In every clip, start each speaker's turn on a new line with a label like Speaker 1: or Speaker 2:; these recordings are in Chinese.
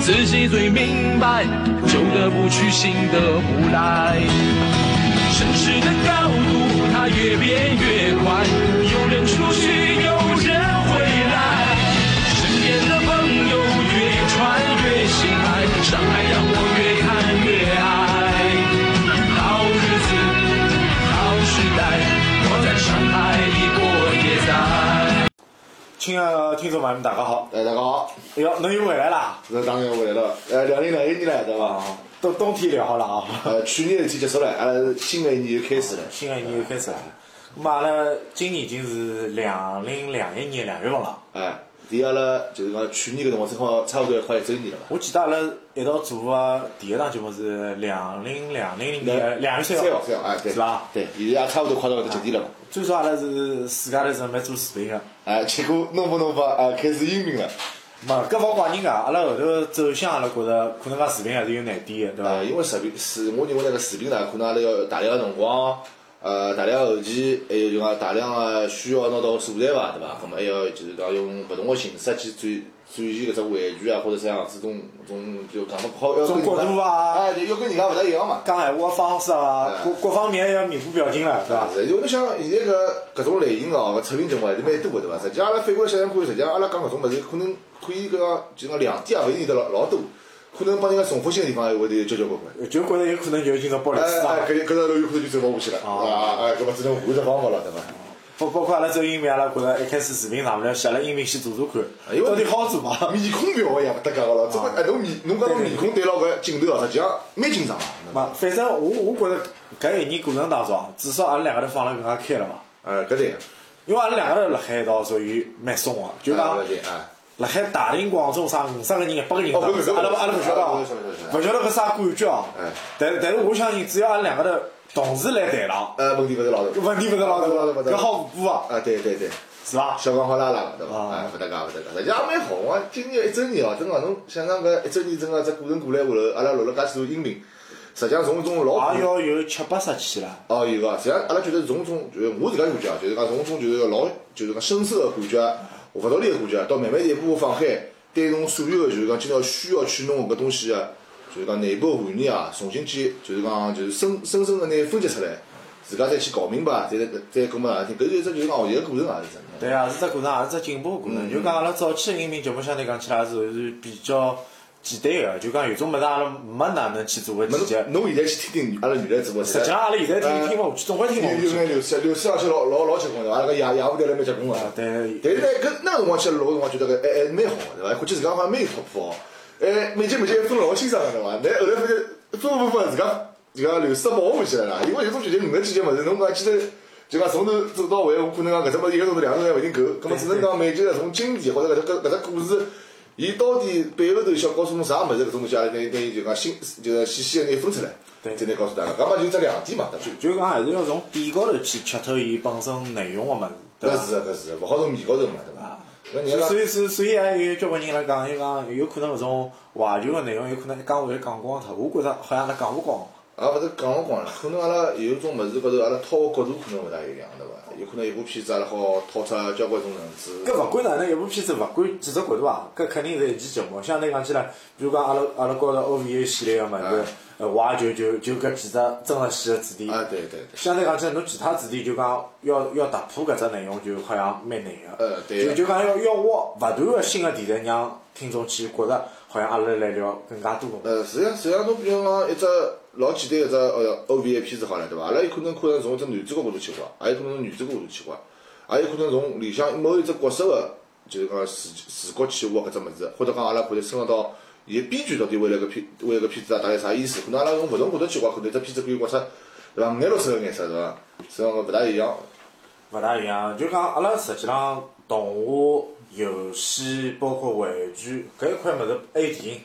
Speaker 1: 自己最明白。旧的不去，新的不来。城市的高度，它越变越宽，有人出去，有人回来。身边的朋友越穿越心海，上海让我越看越爱。好日子，好时代，我在上海里过夜在。
Speaker 2: 亲爱的听众朋友们，大家好！
Speaker 3: 哎，大家好，
Speaker 2: 哎哟，侬又回来啦！
Speaker 3: 这当然回来了。
Speaker 2: 哎
Speaker 3: 呃，两零两一年了，对伐？
Speaker 2: 都冬天聊好了啊，
Speaker 3: 呃，去年的事体结束了，阿拉新的一年又开始了。
Speaker 2: 新的一年又开始了。那么阿拉今年已经是两零两一年两月份了。
Speaker 3: 哎，离阿拉就是讲去年搿辰光正好差不多快一周年了嘛。
Speaker 2: 我记得阿拉一道做个第一档节目是两零两零年两月三
Speaker 3: 三
Speaker 2: 号
Speaker 3: 号，，三号，哎，对，
Speaker 2: 是吧
Speaker 3: 对，现在也差不多快到搿只节点了嘛。
Speaker 2: 最早阿拉是自家头准备做视频个，
Speaker 3: 哎，结果弄不弄吧，哎，开始音频了。
Speaker 2: 嘛啊搿勿怪人家，阿拉后头走向阿拉觉着可能讲视频还是有难点个，对伐
Speaker 3: 呃，？因为视频视，我认为那个视频呢，可能阿拉要大量的辰光，呃，大量的后期，还有就讲大量的需要拿到素材伐，对伐？那么还要就是讲用不同的形式去展展现搿只玩具啊，或者啥样子种种就讲不好，要
Speaker 2: 种
Speaker 3: 跟
Speaker 2: 角
Speaker 3: 人
Speaker 2: 度
Speaker 3: 家
Speaker 2: 啊
Speaker 3: 哎，对要跟人家勿大一样嘛。
Speaker 2: 讲闲话方式啊，
Speaker 3: 哎
Speaker 2: 各各方面要面部表情了，对伐？
Speaker 3: 是，因为侬想现在搿搿种类型哦，搿测评节目还是蛮多的对伐？实际上阿拉反过来想想看，实际上阿拉讲搿种物事，可能可以搿个就讲亮点也勿一定得老老多，可能帮人家重复性的地方也会得有交交关关。
Speaker 2: 就觉着有可能就是今朝爆
Speaker 3: 哎
Speaker 2: 雷次
Speaker 3: 哎，
Speaker 2: 啊，
Speaker 3: 搿搿条路有可能就走勿下去了，啊哎，搿么只能换一只方法了，对伐？
Speaker 2: 包包括阿拉走音频，阿拉觉着一开始视频上勿了，写了音频先做做看
Speaker 3: 哎，呦
Speaker 2: 到底好做伐？
Speaker 3: 面孔表也勿搭界个了，这个哎侬面侬讲侬面孔对牢搿镜头啊，实际上蛮紧张个。
Speaker 2: 嘛，反正我我觉着搿一年过程当中啊，至少阿拉两个头放了更加开了嘛，
Speaker 3: 哎，搿对，
Speaker 2: 因为阿拉两个头辣海一道属于蛮松个，就
Speaker 3: 啊
Speaker 2: 讲
Speaker 3: 搿对啊，
Speaker 2: 辣海大庭广众啥五十个人、一百个人当
Speaker 3: 哦
Speaker 2: 中，
Speaker 3: 搿搿
Speaker 2: 阿拉阿拉勿晓得啊
Speaker 3: 搿搿搿搿，搿
Speaker 2: 勿晓得搿啥感觉哦
Speaker 3: 哎。
Speaker 2: 但但是我相信，只要阿拉两个头同时来台上，
Speaker 3: 哎，问题勿是老大。
Speaker 2: 问题勿是老大，
Speaker 3: 勿是
Speaker 2: 搿
Speaker 3: 老
Speaker 2: 好互补啊，
Speaker 3: 啊，对对对。
Speaker 2: 是伐？
Speaker 3: 小光好拉拉个对伐？
Speaker 2: 啊
Speaker 3: 哎，勿搭界勿搭界，实际也蛮好。我今年一周年哦，真个侬想想搿一周年，真个只过程过来下头，阿拉录了介许多音频，实际上从一种老
Speaker 2: 也要有七八十期了。
Speaker 3: 哦，有个，实际上阿拉觉得从种就是我自家感觉啊，就是讲从种就是老就是讲深受个感觉，勿道理个感觉，到慢慢一步步放开，对侬所有个就是讲今朝需要去弄搿东西个，就是讲内部含义啊，重新去就是讲就是深深深个拿分析出来，自家再去搞明白，再再再讲拨大家听，搿是一只就是讲学习个过程啊，是真的。
Speaker 2: 对啊，是只过程，也是只进步过
Speaker 3: 嗯
Speaker 2: 程。就讲阿拉早期的音频节目相对讲起来是是比较简单个，就讲有种物事阿拉没哪能去做个
Speaker 3: 没
Speaker 2: 细节。
Speaker 3: 侬侬现在去听听阿拉原来直播，
Speaker 2: 实际上阿拉现在听
Speaker 3: 呃
Speaker 2: 听勿下去，总归听
Speaker 3: 有
Speaker 2: 勿
Speaker 3: 有
Speaker 2: 下去。
Speaker 3: 眼流失，流失而且老老老结棍的，阿拉个夜夜舞台来蛮结棍个。
Speaker 2: 对
Speaker 3: 但是呢，搿那辰光去录辰光觉得搿还还蛮好的，对伐？哎觉得自家好像蛮有突破，哎，每集每集分老清爽个对伐？但后来发觉分分分自家自家流失跑回去了啦，因为有种觉得五十几集物事，侬讲记得就讲从头走到尾，我可能啊讲搿只物事一个钟头、两个钟头还勿一定够，搿么只能讲每集从经典或者搿只搿搿只故事。伊到底背后头想告诉侬啥物事？搿种东西，阿拉拿拿伊就讲新，就是细细个拿分出来，
Speaker 2: 对
Speaker 3: 再拿告诉大家。搿么就只两点嘛，对伐？
Speaker 2: 就讲还是要从点高头去吃透伊本身内容个物事，对
Speaker 3: 搿
Speaker 2: 伐？
Speaker 3: 是的搿是的，勿好从面高头嘛，对伐？搿人家
Speaker 2: 所以，所以，所以，还有交关人来讲，伊讲有可能搿种怀旧个内容，有可能一讲话就讲光脱。我觉着好像阿拉讲勿光，
Speaker 3: 也啊勿是讲勿光了，可能阿拉有种物事高头，阿拉套个角度可能勿大一样，对伐？有可能一部片子阿拉好套出交关种层次。
Speaker 2: 搿勿管哪能，一部片子勿管几只角度啊，搿肯定是一期节目。相对讲起来，比如讲阿拉阿拉高头 OVA 系列个物事
Speaker 3: 嗯，
Speaker 2: 呃，我也就就就搿几只真实系个主题。
Speaker 3: 啊，对对对，
Speaker 2: 相对讲起来，侬其他主题就讲要要突破搿只内容，就好像蛮难个。
Speaker 3: 呃对
Speaker 2: 就就讲要要挖勿断个新个题材，让听众去觉着好像阿拉来聊更加多个。
Speaker 3: 呃，实际上实际上侬比如讲一只老简单一只呃 OVA 片子好了，对伐？阿拉有可能可能从一只男主角角度去挖，也有可能从女主角角度去挖，也有可能从里向某一只角色个就是讲视视角去挖搿只物事，或者讲阿拉可能深入到伊个编剧到底为了搿片为了搿片子啊大概啥意思？可能阿拉从勿同角度去挖，可能只片子可以挖出对伐？五颜六色个颜色对伐？实际上勿大一样。
Speaker 2: 勿大一样，就讲阿拉实际上动画、游戏，包括玩具搿一块物事，还有电影，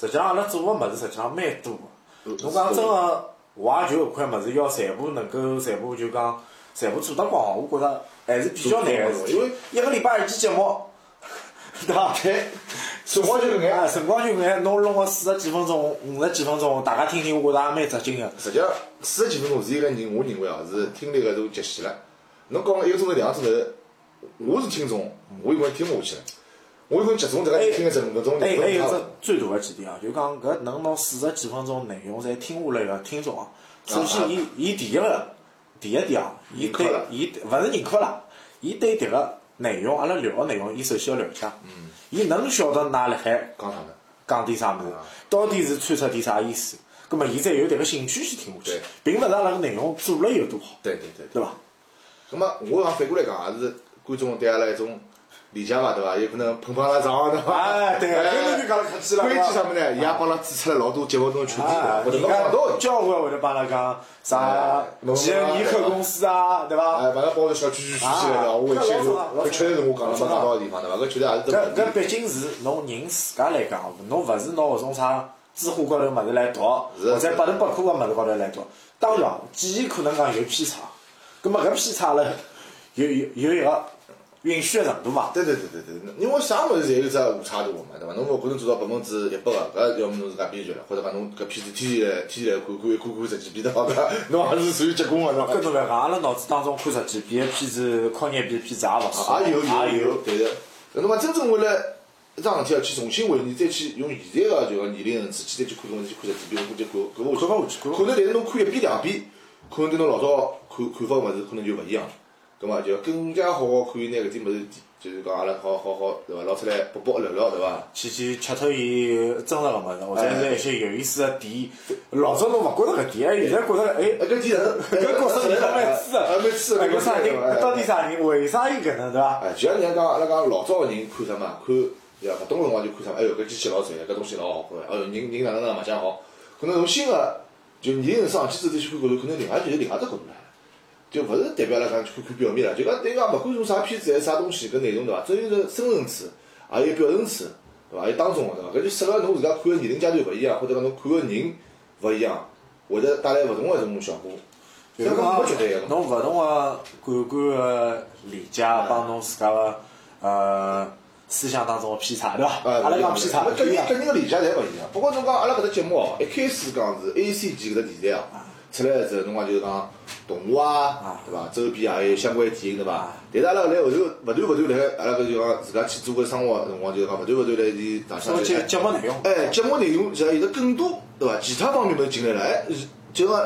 Speaker 2: 实际上阿拉做个物事实际上蛮多个。侬讲真个，我也就搿块物事要全部能够全部就讲全部做得光，我觉着还是比较难个事体，因为一个礼拜一期节目， 对伐？
Speaker 3: 辰光就搿眼
Speaker 2: 啊，辰光就搿眼，侬弄个四十几分钟、五十几分钟，大家听听，我觉着也蛮扎劲个。
Speaker 3: 实际上四十几分钟是一个人，我认为啊是听力个都极限了。侬讲一个钟头、两个钟头，我是听众，我有可能听不下去了。我有可能集中在搿听个整个 钟头，
Speaker 2: 还有还有只哎最
Speaker 3: 搿
Speaker 2: 大个几点啊，就讲搿能拿四十几分钟内容侪听下来个听众啊，首
Speaker 3: 啊
Speaker 2: 先伊伊第一个第一点啊，伊
Speaker 3: 认可
Speaker 2: 对
Speaker 3: 了
Speaker 2: 伊勿是认可啦，伊对迭个内容阿拉聊个内容，伊首先要了解，伊能晓得㑚辣海
Speaker 3: 讲啥呢？
Speaker 2: 讲点啥物事，到底是穿插点啥意思，葛末伊才有迭个兴趣去听下去
Speaker 3: 对，
Speaker 2: 并勿是阿拉个内容做了有多好，
Speaker 3: 对对对
Speaker 2: 对伐？
Speaker 3: 咁么我讲反过来讲，也是观众对阿拉一种理解嘛，对伐？有可能捧捧阿拉场，对伐？
Speaker 2: 哎对
Speaker 3: 哎
Speaker 2: 搿侬就讲得客气了对
Speaker 3: 关键
Speaker 2: 伐
Speaker 3: 啥物事呢？伊也帮阿拉指出了老多节目中的缺点，
Speaker 2: 啊，
Speaker 3: 或者
Speaker 2: 人
Speaker 3: 讲
Speaker 2: 家
Speaker 3: 到的。
Speaker 2: 交关会得帮阿拉讲啥
Speaker 3: 哎
Speaker 2: 吉恩尼克公司啊，对伐？
Speaker 3: 哎，反正帮我小区区区起来了，我回去就搿确实是我讲了没讲到的地方，对伐？搿确实也是真
Speaker 2: 搿
Speaker 3: 问
Speaker 2: 搿
Speaker 3: 题。
Speaker 2: 毕竟是侬人自家来讲，侬勿是拿搿种啥知乎高头物事来读，
Speaker 3: 是
Speaker 2: 或者百度百科个物事高头来读。当然，记忆可能讲有偏差，葛末搿偏差了有有有一个允许个程度嘛。
Speaker 3: 对对对对对，因为啥物事侪有只误差度嘛，对伐？侬勿可能做到百分之一百个，搿要么侬自家编剧了，或者讲侬搿片子天天来天天来看看，一看看十几遍，对伐？搿侬还是属于结棍个，侬
Speaker 2: 搿侬勿要讲，阿拉脑子当中看十几遍的片子，考验遍片子也勿少，
Speaker 3: 也有
Speaker 2: 也有。
Speaker 3: 对的。那么真正为了一桩事体要去重新回忆，再去用现在个就个年龄层次去再去看搿东西，看十几遍，我估计看看
Speaker 2: 看
Speaker 3: 勿
Speaker 2: 勿下去看
Speaker 3: 可
Speaker 2: 勿
Speaker 3: 能但是侬看一遍两遍，可能跟侬老早看看法物事可能就勿一样了。葛末就要更加好好可以拿搿点物事，就是讲阿拉好好好对伐？捞出来拨拨聊聊对伐？
Speaker 2: 去去吃脱伊真实个物事，或者是一些有意思个点。老早侬勿觉着搿点，现在觉着哎，
Speaker 3: 哎，搿点人，
Speaker 2: 搿角色 里头蛮
Speaker 3: 蛮
Speaker 2: 痴个，
Speaker 3: 啊蛮痴个，
Speaker 2: 哎搿啥人？到底啥人？为啥伊搿能对伐？
Speaker 3: 哎，就像人家讲，阿拉讲老早个人看啥嘛，看对伐？勿懂个辰光就看啥嘛，哎哟，搿机器老赚，搿东西老好看，哎哟，人人哪能哪能白相好。可能从新个就年龄上去之后再去看角度，可能另外就是另外只角度了，就勿是代表阿拉讲去看看表面了，就讲对讲勿管从啥片子还是啥东西搿内容对伐？只有是深层次，也有表层次，对伐？还有当中个对伐？搿就适合侬自家看个年龄阶段勿一样，或者讲侬看个人勿一样，会得带来勿同个一种效果。
Speaker 2: 就
Speaker 3: 所以
Speaker 2: 是
Speaker 3: 讲
Speaker 2: 讲
Speaker 3: 没绝对个。
Speaker 2: 侬勿同个感官个理解，帮侬自家个呃思想当中个偏差，对伐？
Speaker 3: 啊，
Speaker 2: 阿拉讲偏差
Speaker 3: 搿
Speaker 2: 勿一
Speaker 3: 人
Speaker 2: 样
Speaker 3: 搿人个理解侪勿一样。不过侬讲阿拉搿只节目哦，一开始讲是 A C G 搿只电台啊，出来之后侬讲就是讲动画啊
Speaker 2: 啊，
Speaker 3: 对伐？周边还有相关体验，对伐？但是阿拉来后头勿断勿断来，阿拉搿就讲自家去做搿生活个辰光，就是讲勿断勿断来去打下
Speaker 2: 所以
Speaker 3: 去
Speaker 2: 节。节目内容，
Speaker 3: 哎，节目内容像有得更多，对伐？其他方面物事进来了，哎，就讲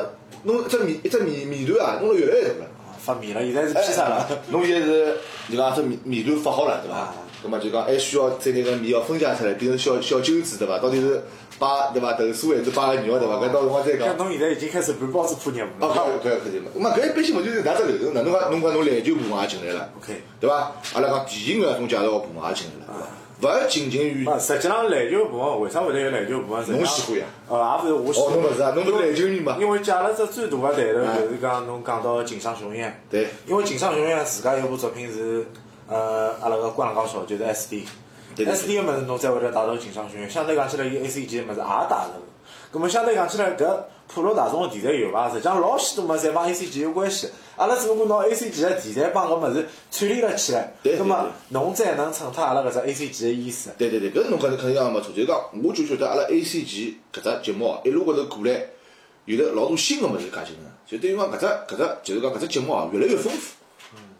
Speaker 3: 侬一只面一只面面团啊，弄了越来越大了。
Speaker 2: 发面了，现在是偏差了。
Speaker 3: 侬现在是就讲只面面团发好了对伐
Speaker 2: 啊？
Speaker 3: 那么就讲还需要再拿个面要分解出来，变成小小揪子对伐？到底是摆对伐豆沙还是摆个肉对伐？搿到辰光再讲
Speaker 2: 搿。侬现在已经开始盘包子铺业务
Speaker 3: 哦，
Speaker 2: 了。
Speaker 3: 搿搿肯定嘛。咁啊，搿一般性勿就是哪只流程呢？侬讲侬讲侬篮球部门也进来了
Speaker 2: OK
Speaker 3: 对伐？阿拉讲电影搿种介绍个部门也进来了，对伐？勿仅仅于
Speaker 2: 勿，实际上篮球部门为啥会得有篮球部啊门？实际上
Speaker 3: 侬喜欢呀？
Speaker 2: 呃，也勿是我喜
Speaker 3: 哦
Speaker 2: 欢。
Speaker 3: 侬勿是啊侬勿是篮球迷嘛啊
Speaker 2: 因为阿拉只最大个抬头啊就是讲侬讲到井上雄彦。
Speaker 3: 对
Speaker 2: 因为井上雄彦自家有部作品是呃阿拉个灌篮高手就是 SD。
Speaker 3: 对对
Speaker 2: S D 个物事侬才会得带到井上雄彦，相对讲起来，伊 A C G 个物事也带了。葛么相对讲起来，搿普罗大众个题材有啊伐？实际上老许多物事侪帮 A C G 有关系。阿拉只不过拿 A C G 个题材帮搿物事串联了起来，
Speaker 3: 对对
Speaker 2: 葛么
Speaker 3: 对
Speaker 2: 侬再能衬托阿拉搿只 A C G 个意思。
Speaker 3: 对对对，搿侬讲的肯定讲没错，就是讲我就觉得阿拉 A C G 搿只节目啊一路高头过来，有了老多新个物事加进来，就等于讲搿只搿只就是讲搿只节目啊越来越丰富，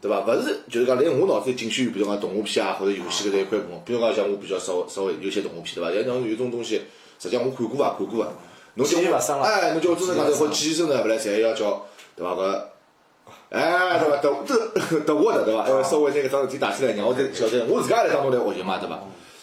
Speaker 3: 对伐？勿是就是讲来我脑子里仅限于比如讲动画片啊或者游戏搿搭一块部分，比如讲像我比较稍稍微有些动画片对伐？像像有种东西，实际上我看过啊伐看过伐，侬叫
Speaker 2: 记忆勿
Speaker 3: 我
Speaker 2: 深了
Speaker 3: 哎，侬叫我真的讲
Speaker 2: 记忆勿
Speaker 3: 好
Speaker 2: 深
Speaker 3: 记忆深的，勿来侪要叫对伐搿。哎，对伐？得得得我的对呃伐？要稍微拿搿桩事体打起来，让我再晓得，我自家也来当中来学习嘛，对伐？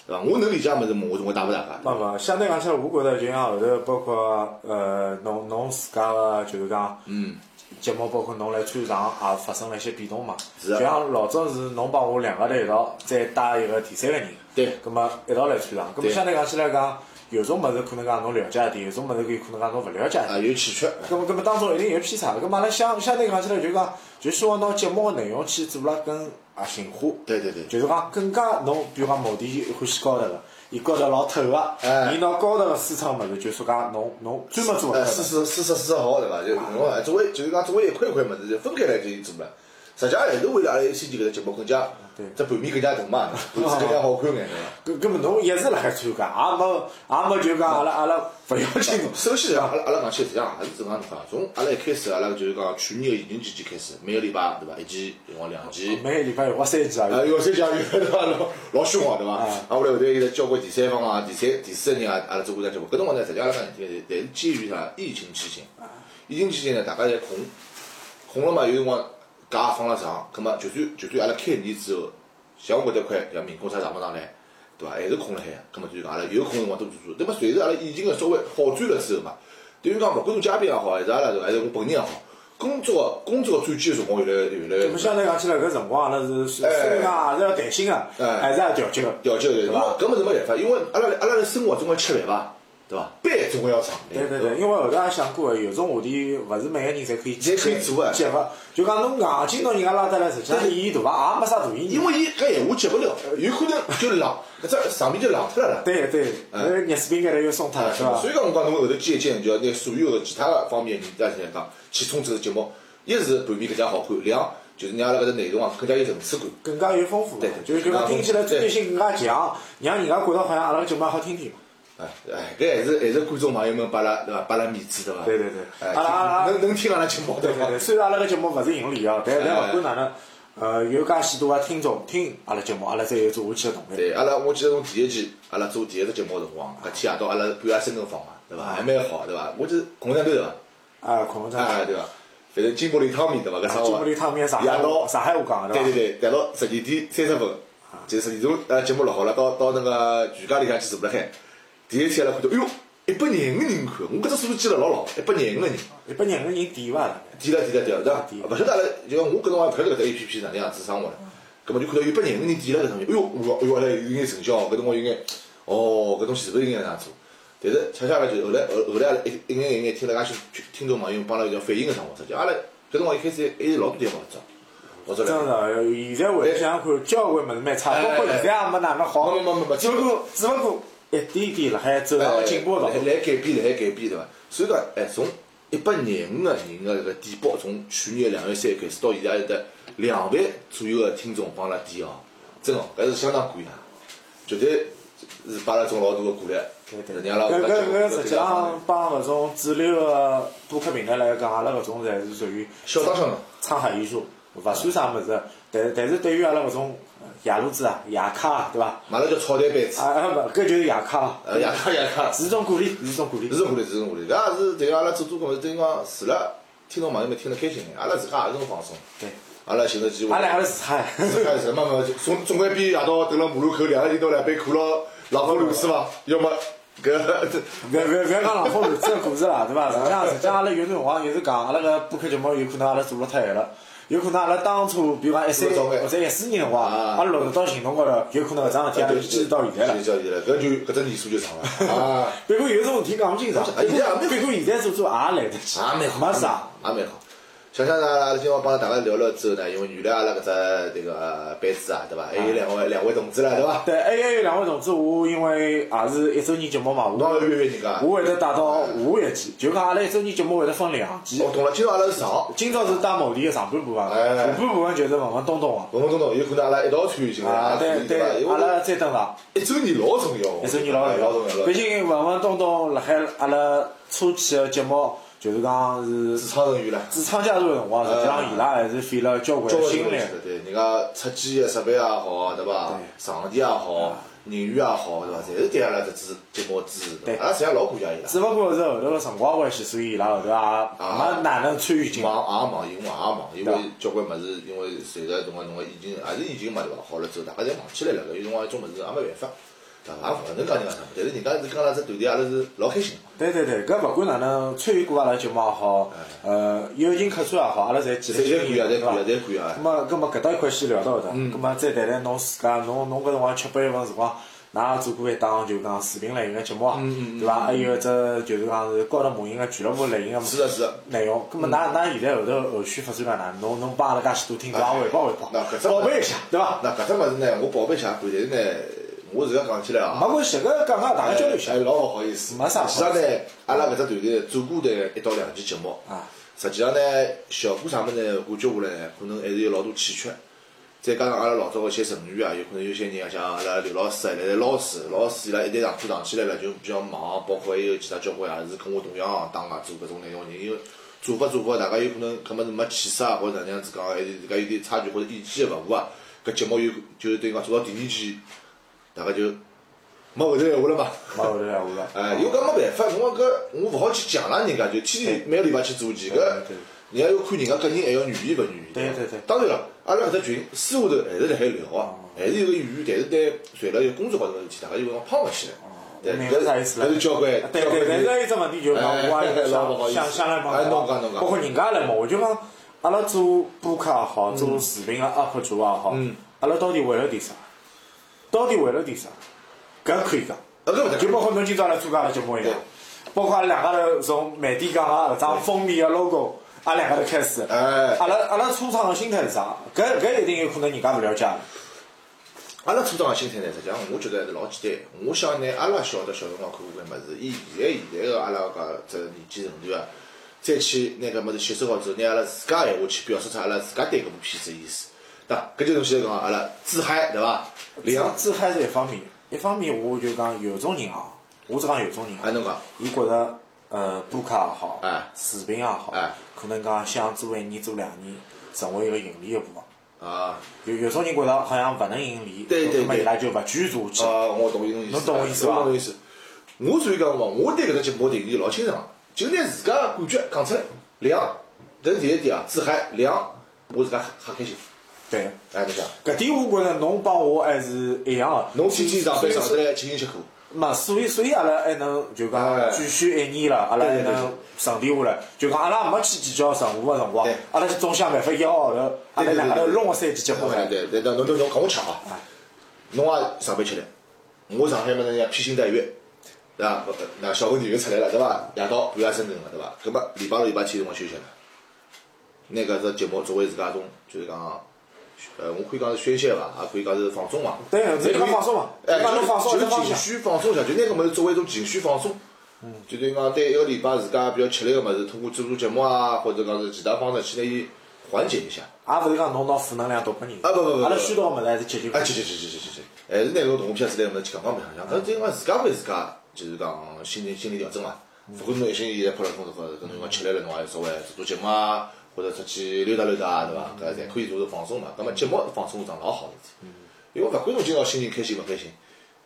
Speaker 3: 对伐？我能理解物事嘛，我我带勿大家。
Speaker 2: 那么相对讲起来，我觉着就像后头包括呃，侬侬自家个就是讲，嗯，节目包括侬来参场也发生了一些变动嘛。
Speaker 3: 是啊
Speaker 2: 就像老早是侬帮我两个头一道再带一个第三个人，
Speaker 3: 对
Speaker 2: 葛么一道来参场，葛么
Speaker 3: 对
Speaker 2: 相对讲起来讲，有种物事可能讲侬了解一点，有种物事可以可能讲侬勿了解一点
Speaker 3: 啊，。有欠缺，
Speaker 2: 咁么，咁么当中一定有偏差的。咁么，阿拉相相对讲起来，就是讲，就希望拿节目个内容去做了啊更核心化。
Speaker 3: 对对对
Speaker 2: 就是讲更加侬，比如讲某地欢喜高头个，伊高头老透个，
Speaker 3: 哎
Speaker 2: 伊拿高头个输出物事，就说讲侬侬专门做
Speaker 3: 呃，
Speaker 2: 了。
Speaker 3: 四十四十四十号对伐？就侬啊，作为就是讲作为一块一块物事就分开来进行做了。实际上还是为了阿拉 A C G 搿个节目更加，
Speaker 2: 对
Speaker 3: 这版面更加大 嘛，盘子更加好看眼，对伐？
Speaker 2: 搿 搿么侬一直辣海参加，也没也没就讲阿拉阿拉勿要紧侬。
Speaker 3: 首先，阿拉啊阿拉讲起实际上还是正常情况。从阿拉一开始，阿拉就是讲去年个疫情期间开始，每个礼拜对伐，一期，辰光两期。
Speaker 2: 每个礼拜有花三集啊，
Speaker 3: 啊，有三家有对伐？老老凶哦，对伐？啊，后来后头有交关第三方啊、第三、第四个人啊，阿拉做过只节目。搿辰光呢，实际上阿拉讲难听点，侪是基于啥疫情期间。疫情期间呢，大家侪困，困了嘛，有辰光假也放了长，葛末就算就算阿拉开年之后，像我搿搭块，像民工啥上勿上来，对伐？还是空了海，葛末就是讲阿拉有空辰光多做做。那么随着阿拉疫情个稍微好转了之后嘛，等于讲勿管是嘉宾也好，还是阿拉还是我本人也好，工作工作转机个辰光越来越越来
Speaker 2: 咁
Speaker 3: 越
Speaker 2: 么。相对讲起来，搿辰光阿拉是虽然讲也是要弹性个，
Speaker 3: 哎
Speaker 2: 还是要调节个。
Speaker 3: 调节对
Speaker 2: 对
Speaker 3: 伐
Speaker 2: 吧？
Speaker 3: 搿么是没办法，因为阿拉阿拉的生活总归吃饭伐，对伐？班总归要上。
Speaker 2: 对对对，因为后头也想过，有种话题勿是每个人侪可以
Speaker 3: 侪可以做的
Speaker 2: 结合。就讲侬硬劲拿人家拉得来，实际上意义大伐？也没啥大意义。
Speaker 3: 因为伊搿闲话接勿了，有可能就冷，搿只上面就冷脱了啦。
Speaker 2: 对对，
Speaker 3: 哎
Speaker 2: 那个热水瓶盖头又送脱了，是伐
Speaker 3: 啊所？以讲，我讲侬后头借鉴，就要拿所有的其他个方面的人家来讲，去冲这个节目，一是盘面更加好看，两就是让阿拉搿只内容啊更加有层次感。
Speaker 2: 更加有丰富嘛
Speaker 3: 对对，
Speaker 2: 就是就讲听起来专业性更加强，让人家觉得好像阿拉个节目也好听听嘛。
Speaker 3: 哎哎，搿还是还是观众朋友们拨阿拉对伐？拨阿拉面子对伐？
Speaker 2: 对对对啊
Speaker 3: 哎
Speaker 2: 阿拉阿拉
Speaker 3: 能能听阿拉节目对
Speaker 2: 对
Speaker 3: 伐
Speaker 2: 对？对，虽然阿拉个节目勿是盈利啊，但但
Speaker 3: 哎
Speaker 2: 勿管哪能，呃，有介许多个听众听阿拉节目，阿拉才有做下去个动力。
Speaker 3: 对，阿拉我记得从第一期，阿拉做第一只节目个辰光，搿天夜到阿拉半夜深更放嘛，
Speaker 2: 嗯
Speaker 3: 对伐？还蛮好，对伐？我就是共产党对伐？
Speaker 2: 啊，恐龙站，
Speaker 3: 哎，对伐？反正经过了一趟面对伐？搿生活。
Speaker 2: 金木里汤面上海
Speaker 3: 夜到
Speaker 2: 话，上海话讲个
Speaker 3: 对对
Speaker 2: 伐？
Speaker 3: 对，夜到十二点三十分，
Speaker 2: 嗯
Speaker 3: 就十二点钟呃节目录好了，到到那个全家里向去坐了海。第一天阿拉看到，哎哟，一百廿五人看，我搿只数字记了老牢，一百廿五个人。
Speaker 2: 一百廿个人点伐？大概
Speaker 3: 点了点了点了，对伐
Speaker 2: 点？
Speaker 3: 勿晓得阿拉就讲我搿辰光也勿晓得搿只 A P P 是哪能样子生活了，葛末就看到有百廿个人点了搿上面，哎哟，我说哎哟，阿拉有眼成交，搿辰光有眼，哦，搿东西是勿是应该哪能做？但是恰恰阿拉就后来后后来阿拉一一眼一眼听了介许许听众朋友帮阿拉有反映个生活，实际阿拉搿辰光一开始还是老多地方勿做，勿做
Speaker 2: 真
Speaker 3: 了。
Speaker 2: 的，现在回想看，交关物事蛮差，包括现在也没哪能好。
Speaker 3: 哎没没没没
Speaker 2: 只不过只不过一点点辣海走
Speaker 3: 哎
Speaker 2: 上进步道
Speaker 3: 来
Speaker 2: 路。
Speaker 3: 来改变，来改变，对伐？所以讲，哎，从一百廿五个人个搿个点播，从去年两月三开始到现在，有得两万左右个听众帮阿拉点哦，真哦，搿是相当感谢，绝对是把阿拉种老大个鼓励。
Speaker 2: 对对，
Speaker 3: 让阿拉
Speaker 2: 搿
Speaker 3: 搿
Speaker 2: 搿搿实际上帮搿种主流个播客平台来讲，阿拉搿种侪是属于
Speaker 3: 小打小闹
Speaker 2: 沧海一粟，勿算啥物事。但但是对于阿拉搿种呃夜路子啊、夜咖啊，对伐？
Speaker 3: 马上叫草台班子，
Speaker 2: 啊啊勿，搿就是夜咖啊，
Speaker 3: 呃，夜卡夜卡，
Speaker 2: 是一种鼓励，是一种鼓励。
Speaker 3: 是鼓励，是鼓励，搿也是对阿拉做做搿么，等于讲除了听众朋友们听得开心，阿拉自家也是种放松。
Speaker 2: 对，
Speaker 3: 阿拉寻个机会
Speaker 2: 阿。拉阿拉是嗨，
Speaker 3: 哎，什么么，总总归比夜到蹲辣马路口两个人头来杯可乐、冷风流是伐？要么搿
Speaker 2: 勿勿勿要讲浪风流子个故事啦，对伐？实际上实际上阿拉有辰光就是讲，阿拉搿播客节目有可能阿拉做了太晚了。有可能阿拉当初，比如讲一三
Speaker 3: 做得早眼
Speaker 2: 或者一四年辰光，
Speaker 3: 啊
Speaker 2: 阿拉落实到行动高头，有可能搿桩事体阿拉就坚持到现在了
Speaker 3: 坚。持到现在了，搿就搿只年数就长了啊，
Speaker 2: 别过有种事体讲勿清爽，
Speaker 3: 哎啊呀
Speaker 2: 别过现在做做也来得及，
Speaker 3: 也蛮好，
Speaker 2: 没啊啥。，
Speaker 3: 也蛮好。想想呢，阿拉今朝帮大家聊聊之后呢，因为原来阿拉搿只这个班子啊，对伐？还有两位两位同志了，对伐？
Speaker 2: 对，还有两位同志，我因为也是一周年节目嘛，
Speaker 3: 侬
Speaker 2: 我
Speaker 3: 也约约人家。
Speaker 2: 我会得带到下一期，就讲阿拉一周年节目会得分两期
Speaker 3: 哦，。懂了，今朝阿拉是上，
Speaker 2: 今朝是带某地的上半部分，
Speaker 3: 哎
Speaker 2: 下半部分就是问问东东
Speaker 3: 懵懵懂懂，有可能阿拉一道参与进
Speaker 2: 的。
Speaker 3: 来
Speaker 2: 啊，对
Speaker 3: 伐？
Speaker 2: 对，
Speaker 3: 因
Speaker 2: 阿拉
Speaker 3: 为
Speaker 2: 再登上，
Speaker 3: 一周年老重
Speaker 2: 一
Speaker 3: 要，
Speaker 2: 周年老
Speaker 3: 重
Speaker 2: 重
Speaker 3: 重要
Speaker 2: 要。
Speaker 3: 了
Speaker 2: 毕。竟问问东东辣海阿拉初期的节目，就是讲
Speaker 3: 主
Speaker 2: 是
Speaker 3: 创人员了。
Speaker 2: 主唱加入的辰光，实际上伊拉还是费了交关
Speaker 3: 交关
Speaker 2: 心力。
Speaker 3: 对，人家出机个设备也好，啊对伐？场地也好，
Speaker 2: 啊
Speaker 3: 人员也好，对伐？侪是对阿拉搿支节目支持的。阿啊拉实际上老感谢伊拉，
Speaker 2: 只不过是后头个辰光关系，所以伊拉后头也没哪能参与进来。
Speaker 3: 忙也忙，因为忙也忙，因为交关物事，因为随着侬个侬个疫情，啊也是疫情嘛，对伐？好了之后，大家侪忙起来了，有辰光一种物事也没办法，对伐？也勿啊能讲人家啥，但是人家是讲阿拉只团队，阿拉是老开心。
Speaker 2: 对对对，搿勿管哪能参与过阿拉节目也好，呃，友情客串也好，阿拉侪记得
Speaker 3: 侪
Speaker 2: 清楚，
Speaker 3: 感谢，侪
Speaker 2: 对伐
Speaker 3: 感谢，？侪感
Speaker 2: 咁么，咁么搿搭一块先聊到搿搭，咁么再谈谈侬自家，侬侬搿辰光吃八月份辰光㑚也做过一档就讲视频类型个节目啊，对伐？还有一只就是讲是高头模型个俱乐部类型个
Speaker 3: 是的，是的。
Speaker 2: 内容。葛末㑚㑚现在后头后续发展哪能？侬侬帮阿拉介许多听众也汇报汇报，
Speaker 3: 那搿只
Speaker 2: 报备一下，对伐？
Speaker 3: 那搿只物事呢，我宝贝下可以，但是呢，我自家讲起来啊，
Speaker 2: 没关系，搿个讲讲大家交流一下
Speaker 3: 哎，。老勿好意思。
Speaker 2: 没啥
Speaker 3: 实际上呢，阿拉搿只团队做过的一到两期节目
Speaker 2: 啊，
Speaker 3: 实际上呢，效果啥物事呢？感觉下来呢，可能还是有老多欠缺。再加上阿拉老早的一些成员啊，有可能有些人啊，像阿拉刘老师啊，现在老师，老师伊拉一旦上课上起来了，就比较忙，包括还有其他交关也是跟我同样行当啊做搿种内容人，因为做法做法，大家有可能搿么是没气势啊，或者哪能样子讲，还是自家有点差距或者意见的勿合啊，搿节目有就是等于讲做到第二期，大家就没后头闲话了嘛。
Speaker 2: 没后头闲话了。
Speaker 3: 哎，有搿没办法，侬讲搿我勿好去强拉人家，就天天每个礼拜去做期，搿
Speaker 2: 对
Speaker 3: 人家要看人家个人还要愿意勿愿意。
Speaker 2: 对对哦对
Speaker 3: 当然了，阿拉搿只群私下头还是辣海聊啊，还是有个语言，但是对随了有工作高头个事体，大家就讲抛勿起来。对，
Speaker 2: 明白
Speaker 3: 搿是
Speaker 2: 哦啥意思了
Speaker 3: 搿是交关。
Speaker 2: 对
Speaker 3: 交哎关
Speaker 2: 对，但
Speaker 3: 人
Speaker 2: 是还有一只问题就是讲，我也想想来问啊
Speaker 3: 哎
Speaker 2: 包括人家来问，我就讲，阿拉做播客也好，做视频个啊 UP 主也好，
Speaker 3: 嗯
Speaker 2: 阿拉到底为了点啥？到底为了点啥？搿可以讲，
Speaker 3: 呃搿勿
Speaker 2: 就
Speaker 3: 对
Speaker 2: 包括侬今朝来参加阿拉节目一样，包括阿拉两家头从媒体讲个搿张封面个啊 logo，阿拉两家头开始，
Speaker 3: 哎
Speaker 2: 阿拉阿拉初创个心态是啥？搿搿一定有可能人家勿了解，
Speaker 3: 阿拉初中个心态呢，实际上我觉得还是老简单。我想呢，阿拉小的小辰光看过搿物事，以现在现在个阿拉搿只年纪层段啊，再去拿搿物事吸收好之后，拿阿拉自家闲话去表述出阿拉自家对搿部片子意思，对伐？搿就是侬现在讲阿拉自嗨，对伐？两
Speaker 2: 自嗨是一方面，一方面我就讲有种人啊，我只讲有种人啊
Speaker 3: 哎，侬讲，
Speaker 2: 伊觉着呃，播客也好，
Speaker 3: 哎
Speaker 2: 视频也好，
Speaker 3: 哎
Speaker 2: 可能讲想做一年做两年，成为一个盈利一部分。
Speaker 3: 啊
Speaker 2: 有有种人觉着好像勿能盈利，
Speaker 3: 对对
Speaker 2: 那么
Speaker 3: 对
Speaker 2: 伊拉就勿继续做下去。
Speaker 3: 啊，我懂侬意思，
Speaker 2: 侬懂我意思伐
Speaker 3: 我懂侬意思。我所以讲嘛，我对搿只节目定义老清爽，就拿自家感觉讲出来，两，搿是第一点啊，自嗨两，我自家瞎开心，
Speaker 2: 对，
Speaker 3: 哎，侬讲。
Speaker 2: 搿点我觉着侬帮我还是一样个。
Speaker 3: 侬天天上
Speaker 2: 所
Speaker 3: 班
Speaker 2: 以
Speaker 3: 上得来勤勤吃苦，
Speaker 2: 嘛，所以所以阿拉还能就
Speaker 3: 哎
Speaker 2: 讲继续一年了，阿拉还
Speaker 3: 对对对
Speaker 2: 能沉淀下来。就讲阿拉没去计较任何个辰光
Speaker 3: 对，
Speaker 2: 阿拉就总想办法一个号头，阿拉
Speaker 3: 对对对
Speaker 2: 两个头
Speaker 3: 对
Speaker 2: 弄个三期节目
Speaker 3: 哎，对对对，侬侬侬跟我抢啊！侬也上班吃力，我上海嘛，人家披星戴月，对伐？不那小问题又出来了，对伐？夜到半夜深更了，对伐？葛么礼拜六、礼拜天辰光休息了，拿搿只节目作为自家一种就是讲，呃，我可以讲是宣泄伐，也可以讲是放松伐。
Speaker 2: 对
Speaker 3: 也可以
Speaker 2: 你讲放松嘛
Speaker 3: 哎，
Speaker 2: 你讲侬放松
Speaker 3: 就
Speaker 2: 一直
Speaker 3: 是
Speaker 2: 放
Speaker 3: 情
Speaker 2: 下
Speaker 3: 绪放松一下，就拿搿物事作为一种情绪放松。就等于讲对一个礼拜自家比较吃力个物事，通过做做节目啊，或者讲是其他方式去拿伊缓解一下。
Speaker 2: 也勿是讲侬拿负能量倒拨人家。
Speaker 3: 啊不不不不
Speaker 2: 阿拉宣导个物事还是积极。
Speaker 3: 啊，去去去去去去去，还是拿搿个动画片之类个物事去讲讲白相相，搿只讲自家为自家，就是讲心理心理调整嘛。勿管侬一心现在拍了工作高头，搿侬讲吃力了，侬也稍微做做节目啊，或者出去溜达溜达啊，对伐？搿侪可以做做放松嘛。葛末节目放松是桩老好个事体，因为勿管侬今朝心情开心勿开心，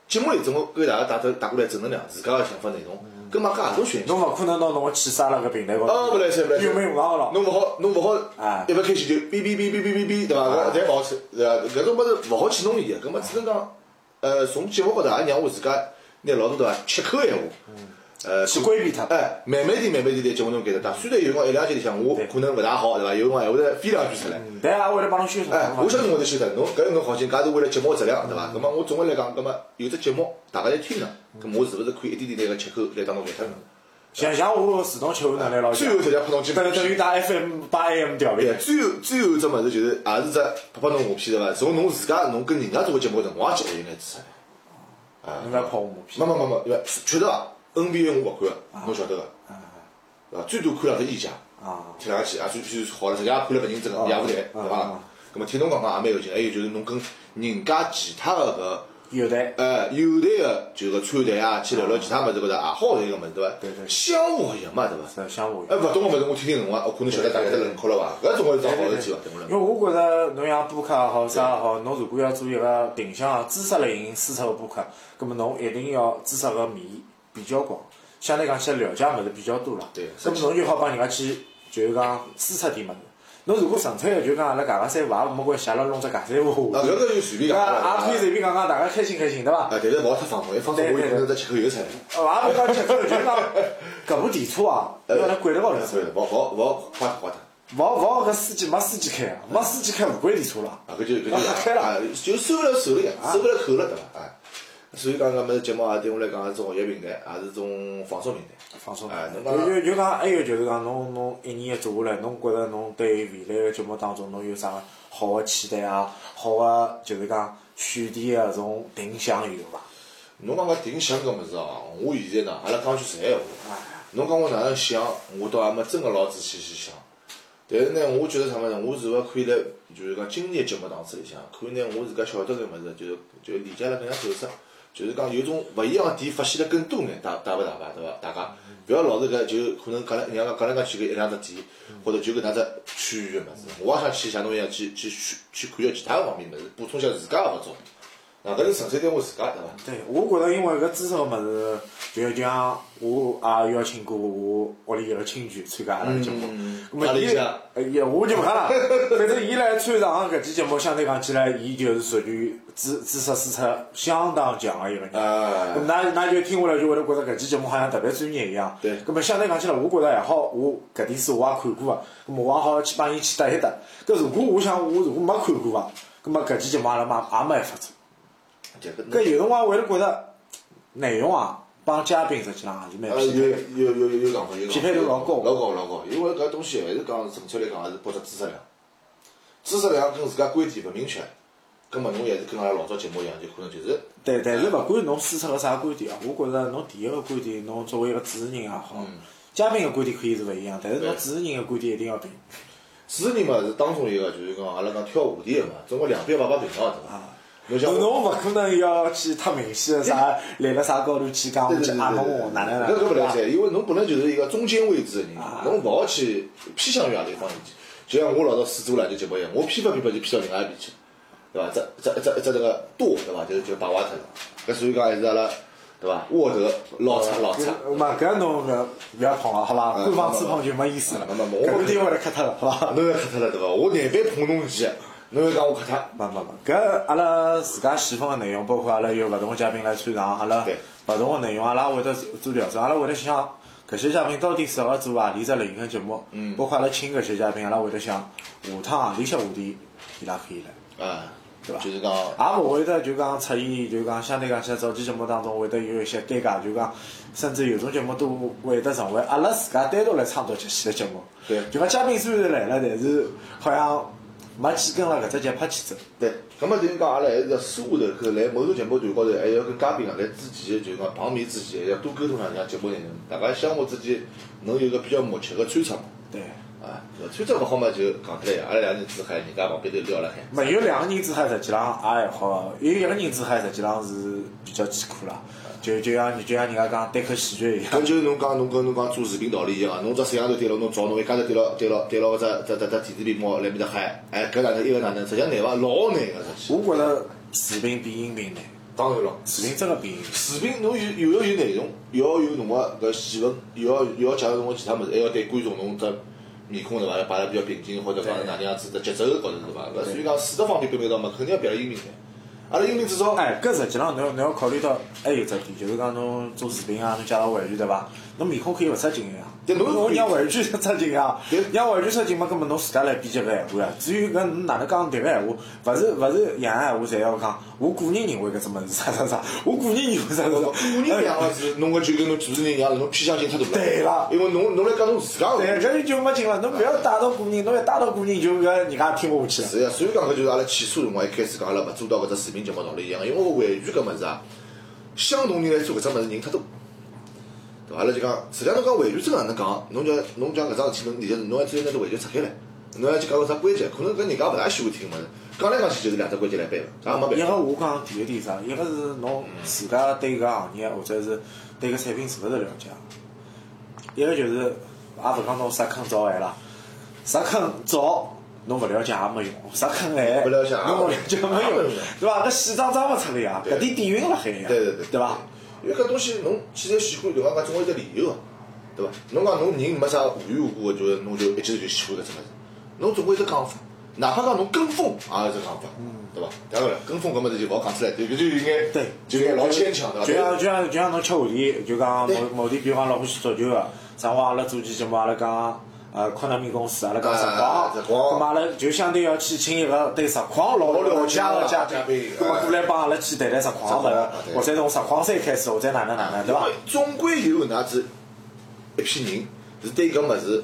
Speaker 3: 节目里总归给大家带头带过来正能量，自家个想法内容，搿么搿也种选择。
Speaker 2: 侬勿可能拿侬个气撒辣搿平台高
Speaker 3: 哦，
Speaker 2: 头，
Speaker 3: 勿来塞，勿来塞，
Speaker 2: 有没啊有网了？
Speaker 3: 侬勿好，侬勿好
Speaker 2: 啊，
Speaker 3: 一勿开始就哔哔哔哔哔哔哔，对伐？搿侪勿好去，对伐？搿种物事勿好去弄伊个，搿么只能讲，呃，从节目高头也让我自家拿老多对伐吃口闲话，呃，
Speaker 2: 去嗯规避它
Speaker 3: 哎，慢慢点，慢慢点，对节目中改得大。虽然有辰光一两集里向我
Speaker 2: 对
Speaker 3: 可能勿大好，对伐？有辰光还会得飞两句出来。
Speaker 2: 但也为了帮侬宣传
Speaker 3: 哎，
Speaker 2: 嘛。
Speaker 3: 我相信我得修得，侬搿侬好心，搿也是为了节目质量，
Speaker 2: 嗯
Speaker 3: 对伐？葛末我总归来讲，葛末有只节目大家来听了，葛末我是勿是可以一点点来个吃口来当中改脱呢？
Speaker 2: 像像我自动切换能力老
Speaker 3: 哎最
Speaker 2: 强
Speaker 3: 后，条条拍侬去
Speaker 2: 等等于打 FM 八 AM 调
Speaker 3: 对，
Speaker 2: 频。
Speaker 3: 最后最后只物事就是也是只拍拍侬下片对伐？从侬自家侬跟人家做个节目的辰光，我也节约眼知识。啊，
Speaker 2: 侬勿要拍我马屁
Speaker 3: 没没没没，对伐？确实啊，NBA 我勿看个，侬晓得个，对伐？最多看两只意甲，
Speaker 2: 啊，
Speaker 3: 踢两记也算算好了，实际也看了勿认真个，也勿对，对伐
Speaker 2: 啊？
Speaker 3: 咁么听侬讲讲也蛮有劲，还有就是侬跟人家其他个搿。
Speaker 2: 有的。
Speaker 3: 哎，有台个就个穿戴啊，去聊聊其他物事，搿搭也好一个物事，对伐？
Speaker 2: 对对
Speaker 3: 相互学习嘛，对伐？
Speaker 2: 是相互
Speaker 3: 哎，勿懂个物事我听听侬啊，我可能晓得大概的轮廓了伐？搿总归是桩好事体伐？啊对我来
Speaker 2: 因为
Speaker 3: 讲，
Speaker 2: 我觉着侬像播客也好，啥也好，侬如果要做一个定向个知识类型、输出个播客，葛么侬一定要知识个面比较广，相对讲起来了解物事比较多啦。
Speaker 3: 对
Speaker 2: 葛么侬就好帮人家去，就是讲输出点物事。侬如果纯粹个就讲阿拉尬尬三胡也没关系，阿拉弄只尬三胡
Speaker 3: 啊，，搿个就随便讲
Speaker 2: 啊，
Speaker 3: 了
Speaker 2: 也可以随便讲讲，大家开心开心，对伐？
Speaker 3: 啊，但是勿好太放松，一放松我有可能只吃口油出来。
Speaker 2: 啊，也勿讲吃醋，就是讲搿部电车啊，要辣轨道高头走
Speaker 3: 对，，勿好勿好花它花它，
Speaker 2: 勿好勿好搿司机没司机开啊，没司机开勿关电车了。
Speaker 3: 啊，搿就搿
Speaker 2: 啊
Speaker 3: 就
Speaker 2: 开了
Speaker 3: 啊，就收了手了呀，收不了口了，对伐？啊，所以讲搿物事节目啊也对我来讲是种学习平台，也是种放松平台。
Speaker 2: 放松
Speaker 3: 哎侬
Speaker 2: 就
Speaker 3: 讲
Speaker 2: 就就讲，还有就是讲，侬侬一年做下来，侬觉着侬对未来个节目当中，侬有啥好个期待啊？好个就是讲选题个搿种定向有伐？
Speaker 3: 侬讲搿定向搿物事哦，我现在呢，阿拉讲句实闲话，侬讲我哪能想，我倒还没真个老仔细去想。但是呢，我觉得啥物事，我是勿是可以辣就是讲今年节目档次里向，可以拿我自家晓得搿物事，就是就理解了更加透彻。就是讲有种勿一样的点发现了更多眼，大大勿大伐？对伐？大家勿要老是搿就可能讲来人家讲来讲去搿一两只点，或者就搿能只区域个物事。我也想去像侬一样去去去去看下其他方面物事，补充一下自家个勿足。啊，搿是纯粹对我自家对伐？
Speaker 2: 对，我觉着因为搿知识个物事，就像我也邀请过我屋里有个亲戚参加阿拉个节目
Speaker 3: 嗯，
Speaker 2: 咁么
Speaker 3: 阿里
Speaker 2: 伊
Speaker 3: 一下
Speaker 2: 哎呀，我就勿讲了。 反正伊来参上搿期节目，相对讲起来，伊就是属于知知识输出相当强个一个人。
Speaker 3: 啊
Speaker 2: 咁，那那就听下来就会得觉得搿期节目好像特别专业一样。
Speaker 3: 对
Speaker 2: 咁么啊相对讲起来，我觉着还好，我搿点书我也看过啊，咁么我也好去帮伊去搭一搭。搿如果我想我如果没看过啊，咁么搿期节目阿拉嘛也没办法做。
Speaker 3: 这个
Speaker 2: 搿有辰光会得觉得内容啊，帮嘉宾实际上还是蛮
Speaker 3: 呃
Speaker 2: 匹
Speaker 3: 有
Speaker 2: 配
Speaker 3: 有
Speaker 2: 的。
Speaker 3: 有有有讲法，有
Speaker 2: 匹配度老高
Speaker 3: 老高老高，因为搿东西还是讲纯粹来讲还是保证知识量，知识量跟自家观点勿明确，葛末侬还是跟阿拉老早节目一样，就可能就是
Speaker 2: 但但是勿管侬输出个啥观点啊，我觉着侬第一个观点，侬作为一个主持人也好，嘉宾个观点可以是勿一样，但是侬
Speaker 3: 对
Speaker 2: 主持人个观点一定要平。
Speaker 3: 主持人嘛是当中一个，就是讲阿拉讲挑话题个嘛，总归两边摆摆平衡对伐？侬像
Speaker 2: 侬
Speaker 3: 我
Speaker 2: 侬勿可能要去太明显个啥，立辣啥高头去讲，啊我
Speaker 3: 对对
Speaker 2: 去
Speaker 3: 对
Speaker 2: 阿侬我哪啊能哪
Speaker 3: 搿搿
Speaker 2: 能
Speaker 3: 勿来
Speaker 2: 对伐。
Speaker 3: 塞，因为侬本来就是一个中间位置的人，
Speaker 2: 啊
Speaker 3: 侬勿好去偏向于何里一方面去。就像我老早试做篮球节目一样，我偏不偏不就偏到另外一边去，对伐？这这这这这个舵，对伐？就就摆歪脱了。搿所以讲还是阿拉，对伐？沃德老差老差。
Speaker 2: 搿嘛搿侬搿勿要碰了，好伐？
Speaker 3: 嗯
Speaker 2: 官方吹捧就没意思了，
Speaker 3: 嗯嗯嗯我
Speaker 2: 搿个地方会得磕脱了，好伐？
Speaker 3: 啊侬要磕脱了对伐？我难办碰侬去，侬要讲我磕脱，
Speaker 2: 没没没，搿阿拉自家细分个内容，包括阿拉有勿同个嘉宾来参场，阿拉
Speaker 3: 对
Speaker 2: 勿同个内容，阿拉会得做调整，阿拉会得想搿些嘉宾到底适合做何里只类型个节目，嗯，包括阿拉请搿些嘉宾，阿拉会得想下趟啊何里些话题伊拉可以来。
Speaker 3: 啊，
Speaker 2: 对伐
Speaker 3: 就是讲
Speaker 2: 也勿会得就讲出现，就讲相对讲起来早期节目当中会得有一些尴尬，就讲甚至有种节目都会得成为阿拉自家单独来倡导节气的节目。
Speaker 3: 对
Speaker 2: 就讲嘉宾虽然来了，但是好像没去跟了搿只节拍去走。
Speaker 3: 对，葛么就是讲，阿拉还是要私下头去来某种节目团高头，还要跟嘉宾啊，来之前就是讲碰面之前，还要多沟通两下节目内容，大家相互之间能有一个比较默契个穿插嘛。
Speaker 2: 对，
Speaker 3: 啊，穿插勿好嘛，就讲出来呀，阿拉两个人之海，人家旁边头聊了海。
Speaker 2: 没有两个人之海实际上也还哎好，有一个人之海实际上是比较艰苦啦。就就像就像人家讲单口喜剧一样，
Speaker 3: 搿就是侬讲侬跟侬讲做视频道理一样，侬只摄像头对牢侬照，侬一家头对牢对牢对牢搿只只只只电视屏幕来面搭喊，哎，搿哪能一个哪能，实际上难伐？老难个实际。
Speaker 2: 我觉着视频比音频难，
Speaker 3: 当然了。
Speaker 2: 视频真个比音频。
Speaker 3: 视频侬有又要有内容，又要有侬个搿戏份，又要又要介绍侬个其他物事，还要对观众侬只面孔对伐？要摆得比较平静，或者讲哪能样子的节奏高头对伐？搿所以讲四个方面对比到嘛，肯定要比阿拉英明眼。阿拉英明至少
Speaker 2: 哎，搿实际上侬要侬要考虑到还有一只点，就是讲侬做视频啊，侬介绍玩具对伐？侬面孔可以勿出镜个呀，
Speaker 3: 对侬
Speaker 2: 侬让玩具 出镜呀
Speaker 3: 对，
Speaker 2: 让玩具出镜嘛，搿么侬自家来编辑搿闲话呀。至于搿侬哪能讲迭个闲话，勿是勿是样闲话，侪要讲。我个人认为搿只物事啥啥啥，我个人认为啥啥
Speaker 3: 个
Speaker 2: 啥。
Speaker 3: 人两个是侬搿就跟侬主持人一样，侬偏向性太大了。
Speaker 2: 对啦
Speaker 3: 因为侬侬来讲侬自家个
Speaker 2: 对，搿就没劲了。侬勿要带到个人，侬一带到个人就搿人家听勿下去了。
Speaker 3: 是呀，所以讲搿就是阿拉起初辰光一开始讲阿拉勿做到搿只视频节目道理一样，因为玩具搿物事啊，相同人来做搿只物事人太多，对伐？阿拉就讲，实际上侬讲玩具真个哪能讲，侬就侬讲搿桩事体侬理解，侬还只有拿只玩具拆开来，侬要去讲搿只关节，可能搿人家勿大喜欢听个物事，讲来讲去就是两只关节来掰个，也
Speaker 2: 一
Speaker 3: 没办
Speaker 2: 个
Speaker 3: 法。
Speaker 2: 我讲第一点啥，一个是侬自家对搿行业或者是对搿产品是勿是了解，一个就是也勿讲侬啥坑早晚啦，啥坑早侬勿了解也没用，啥坑晚
Speaker 3: 不了解也
Speaker 2: 侬勿了解没
Speaker 3: 也没
Speaker 2: 用
Speaker 3: 用，
Speaker 2: 对伐？搿洗章章勿出来呀，
Speaker 3: 对
Speaker 2: 搿点底蕴辣海呀，
Speaker 3: 对对对，
Speaker 2: 对伐？
Speaker 3: 因为搿东西侬既然喜欢，对伐？讲总有一个理由个，对伐？侬讲侬人没啥无缘无故个，就是侬就一记头就喜欢搿只物事，侬总归有一只讲法，哪怕讲侬跟风，也有一只讲法，
Speaker 2: 嗯
Speaker 3: 对伐？当然了，跟风搿物事就勿好讲出来，就就就有眼
Speaker 2: 对，啊
Speaker 3: 就有眼老牵强，
Speaker 2: 就
Speaker 3: 对伐
Speaker 2: 像？就像就像侬吃话题，就讲某
Speaker 3: 对
Speaker 2: 啊某天，比方讲老欢喜足球个，上回阿拉做期节目，阿拉讲呃科南米公司，阿拉讲
Speaker 3: 啊
Speaker 2: 实况，
Speaker 3: 实况
Speaker 2: 咁嘛阿拉就相对要去请一个对实况老了解的嘉
Speaker 3: 嘉宾
Speaker 2: 宾，咁么
Speaker 3: 哎
Speaker 2: 过来帮阿拉去谈谈实况个物
Speaker 3: 实况
Speaker 2: 事，
Speaker 3: 对
Speaker 2: 或者从实况赛开始，或者哪能哪能，对伐？
Speaker 3: 总归有那子一批人是对搿物事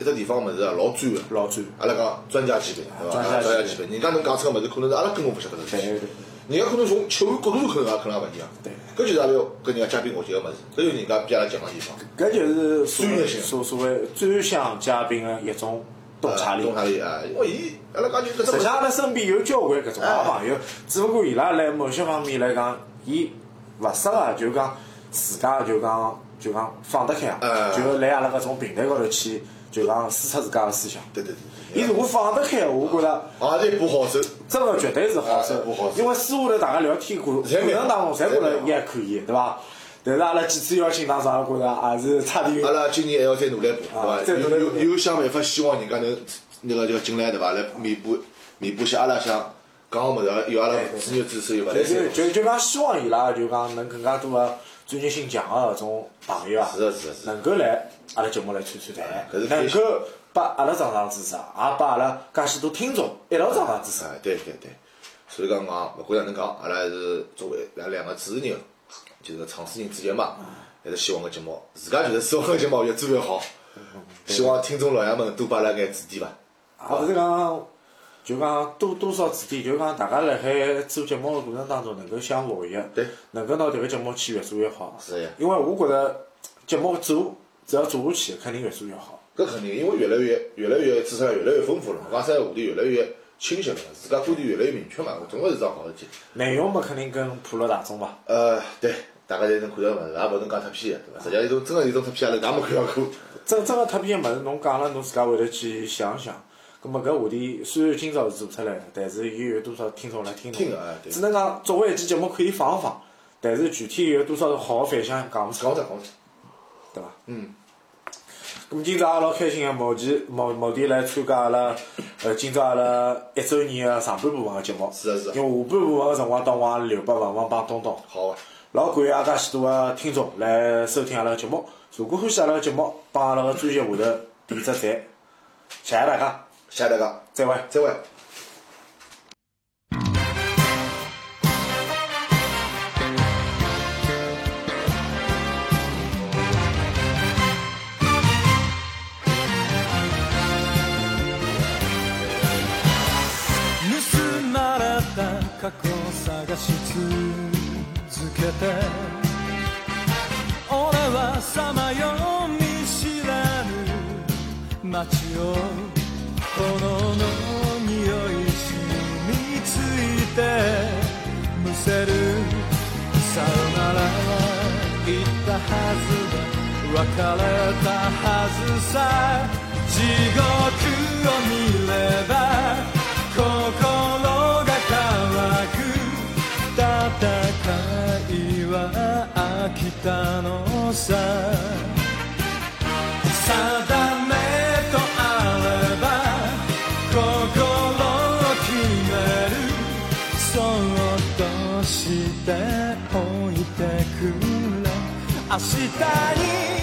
Speaker 3: 一只地方物事啊老专个。
Speaker 2: 老专，
Speaker 3: 阿拉讲专家级别，对伐？
Speaker 2: 专家
Speaker 3: 专
Speaker 2: 级别
Speaker 3: 家级别，人家能讲出个物事，可能是阿拉根本勿晓得个
Speaker 2: 对对对
Speaker 3: 人家可能从球员角度可能也可能也勿一样。
Speaker 2: 对
Speaker 3: 搿就是阿拉要跟人家嘉宾学习个物事，搿就是人家比阿拉强个地方。
Speaker 2: 搿就是所
Speaker 3: 专业
Speaker 2: 谓
Speaker 3: 性
Speaker 2: 所所谓专项嘉宾的一种洞察力
Speaker 3: 洞。察力啊，因为伊阿拉讲就搿只
Speaker 2: 实
Speaker 3: 物
Speaker 2: 际
Speaker 3: 事
Speaker 2: 上，阿拉身边有交关搿种
Speaker 3: 哎
Speaker 2: 好朋友，只不过伊拉辣某些方面来讲，伊勿适合，就讲自家就讲就讲放得开
Speaker 3: 哎
Speaker 2: 啊，就来阿拉搿种平台高头去，就讲输出自家个思想。
Speaker 3: 对对
Speaker 2: 伊
Speaker 3: 对
Speaker 2: 如果放得开，我觉着
Speaker 3: 对，啊，一步好手，
Speaker 2: 真个绝对是好事
Speaker 3: 哎不好，说
Speaker 2: 因为私下头大家聊天过，过
Speaker 3: 侪蛮
Speaker 2: 程
Speaker 3: 好
Speaker 2: 当中侪觉着也还可以，对伐？但是阿拉几次邀请当中，阿拉觉着还是差点
Speaker 3: 阿。拉今年还要再努力一步，对伐？
Speaker 2: 啊再努力一
Speaker 3: 有
Speaker 2: 步
Speaker 3: 有有想办法，希望人家能那个这个进来，对伐？来弥补弥补些阿拉想讲个物事，啊有阿拉自由支持，有勿来
Speaker 2: 就
Speaker 3: 三
Speaker 2: 就
Speaker 3: 个
Speaker 2: 就就讲希望伊拉就讲能更加多个专业性强个搿种朋友啊，
Speaker 3: 是的是的是的
Speaker 2: 能够来阿拉节目来串串
Speaker 3: 哎搿是
Speaker 2: 台，
Speaker 3: 开
Speaker 2: 能
Speaker 3: 心
Speaker 2: 够把阿拉涨涨知识，啊也把阿拉介许多听众一道涨涨知识。
Speaker 3: 哎，对对对，所以讲讲，勿管哪能讲，阿拉还是作为两两个主持人，就是创始人之一嘛，还是希望搿节目，自家觉得希望搿节目越做越好，希望听众老爷们多拨阿拉眼指点伐。
Speaker 2: 也勿是讲，就讲多多少指点，就讲大家辣海做节目个过程当中能够相互学习，
Speaker 3: 对
Speaker 2: 能够拿迭个节目去越做越好。
Speaker 3: 是呀
Speaker 2: 因为我觉着节目做只要做下去，肯定越做越好。
Speaker 3: 搿肯定，因为越来越越来越知识量越来越丰富了，讲啥话题越来越清晰了，自家观点越来越明确嘛，总归是桩好事体。
Speaker 2: 内容嘛，肯定跟普罗大众嘛。
Speaker 3: 呃，对，大家侪能看到物事，也勿能讲太偏的，对伐？实际上有种真个有种太偏，阿拉也没看到过。
Speaker 2: 真正个特别个物事，侬讲了，侬自家会得去想想。葛末搿话题虽然今朝是做出来了，但是又有多少听众来听侬？
Speaker 3: 听啊对
Speaker 2: 只能讲作为一期节目可以放一放，但是具体有多少好的反响讲勿出，
Speaker 3: 讲啥讲啥？
Speaker 2: 对伐？嗯。葛末今朝也老开心个，毛奇毛毛弟来参加阿拉呃今朝阿拉一周年个上半部分个节目。
Speaker 3: 是的是的
Speaker 2: 因为下半部分个辰光，到我也留拨文文帮东东。
Speaker 3: 好啊，
Speaker 2: 老感谢阿介许多个听众来收听阿拉个节目。如果欢喜阿拉个节目，帮阿拉个专辑下头点只赞，谢谢大家，
Speaker 3: 谢谢大家，
Speaker 2: 再会。
Speaker 3: 再会。
Speaker 4: 盗まれた過去を探し続けて俺はさまよう見知らぬ街を炎の匂い染みついてむせるさよなら言ったはずだ別れたはずさ地獄を見れば心が乾く戦いは飽きたのさ定めとあれば心が決めるそっとしておいてくれ明日に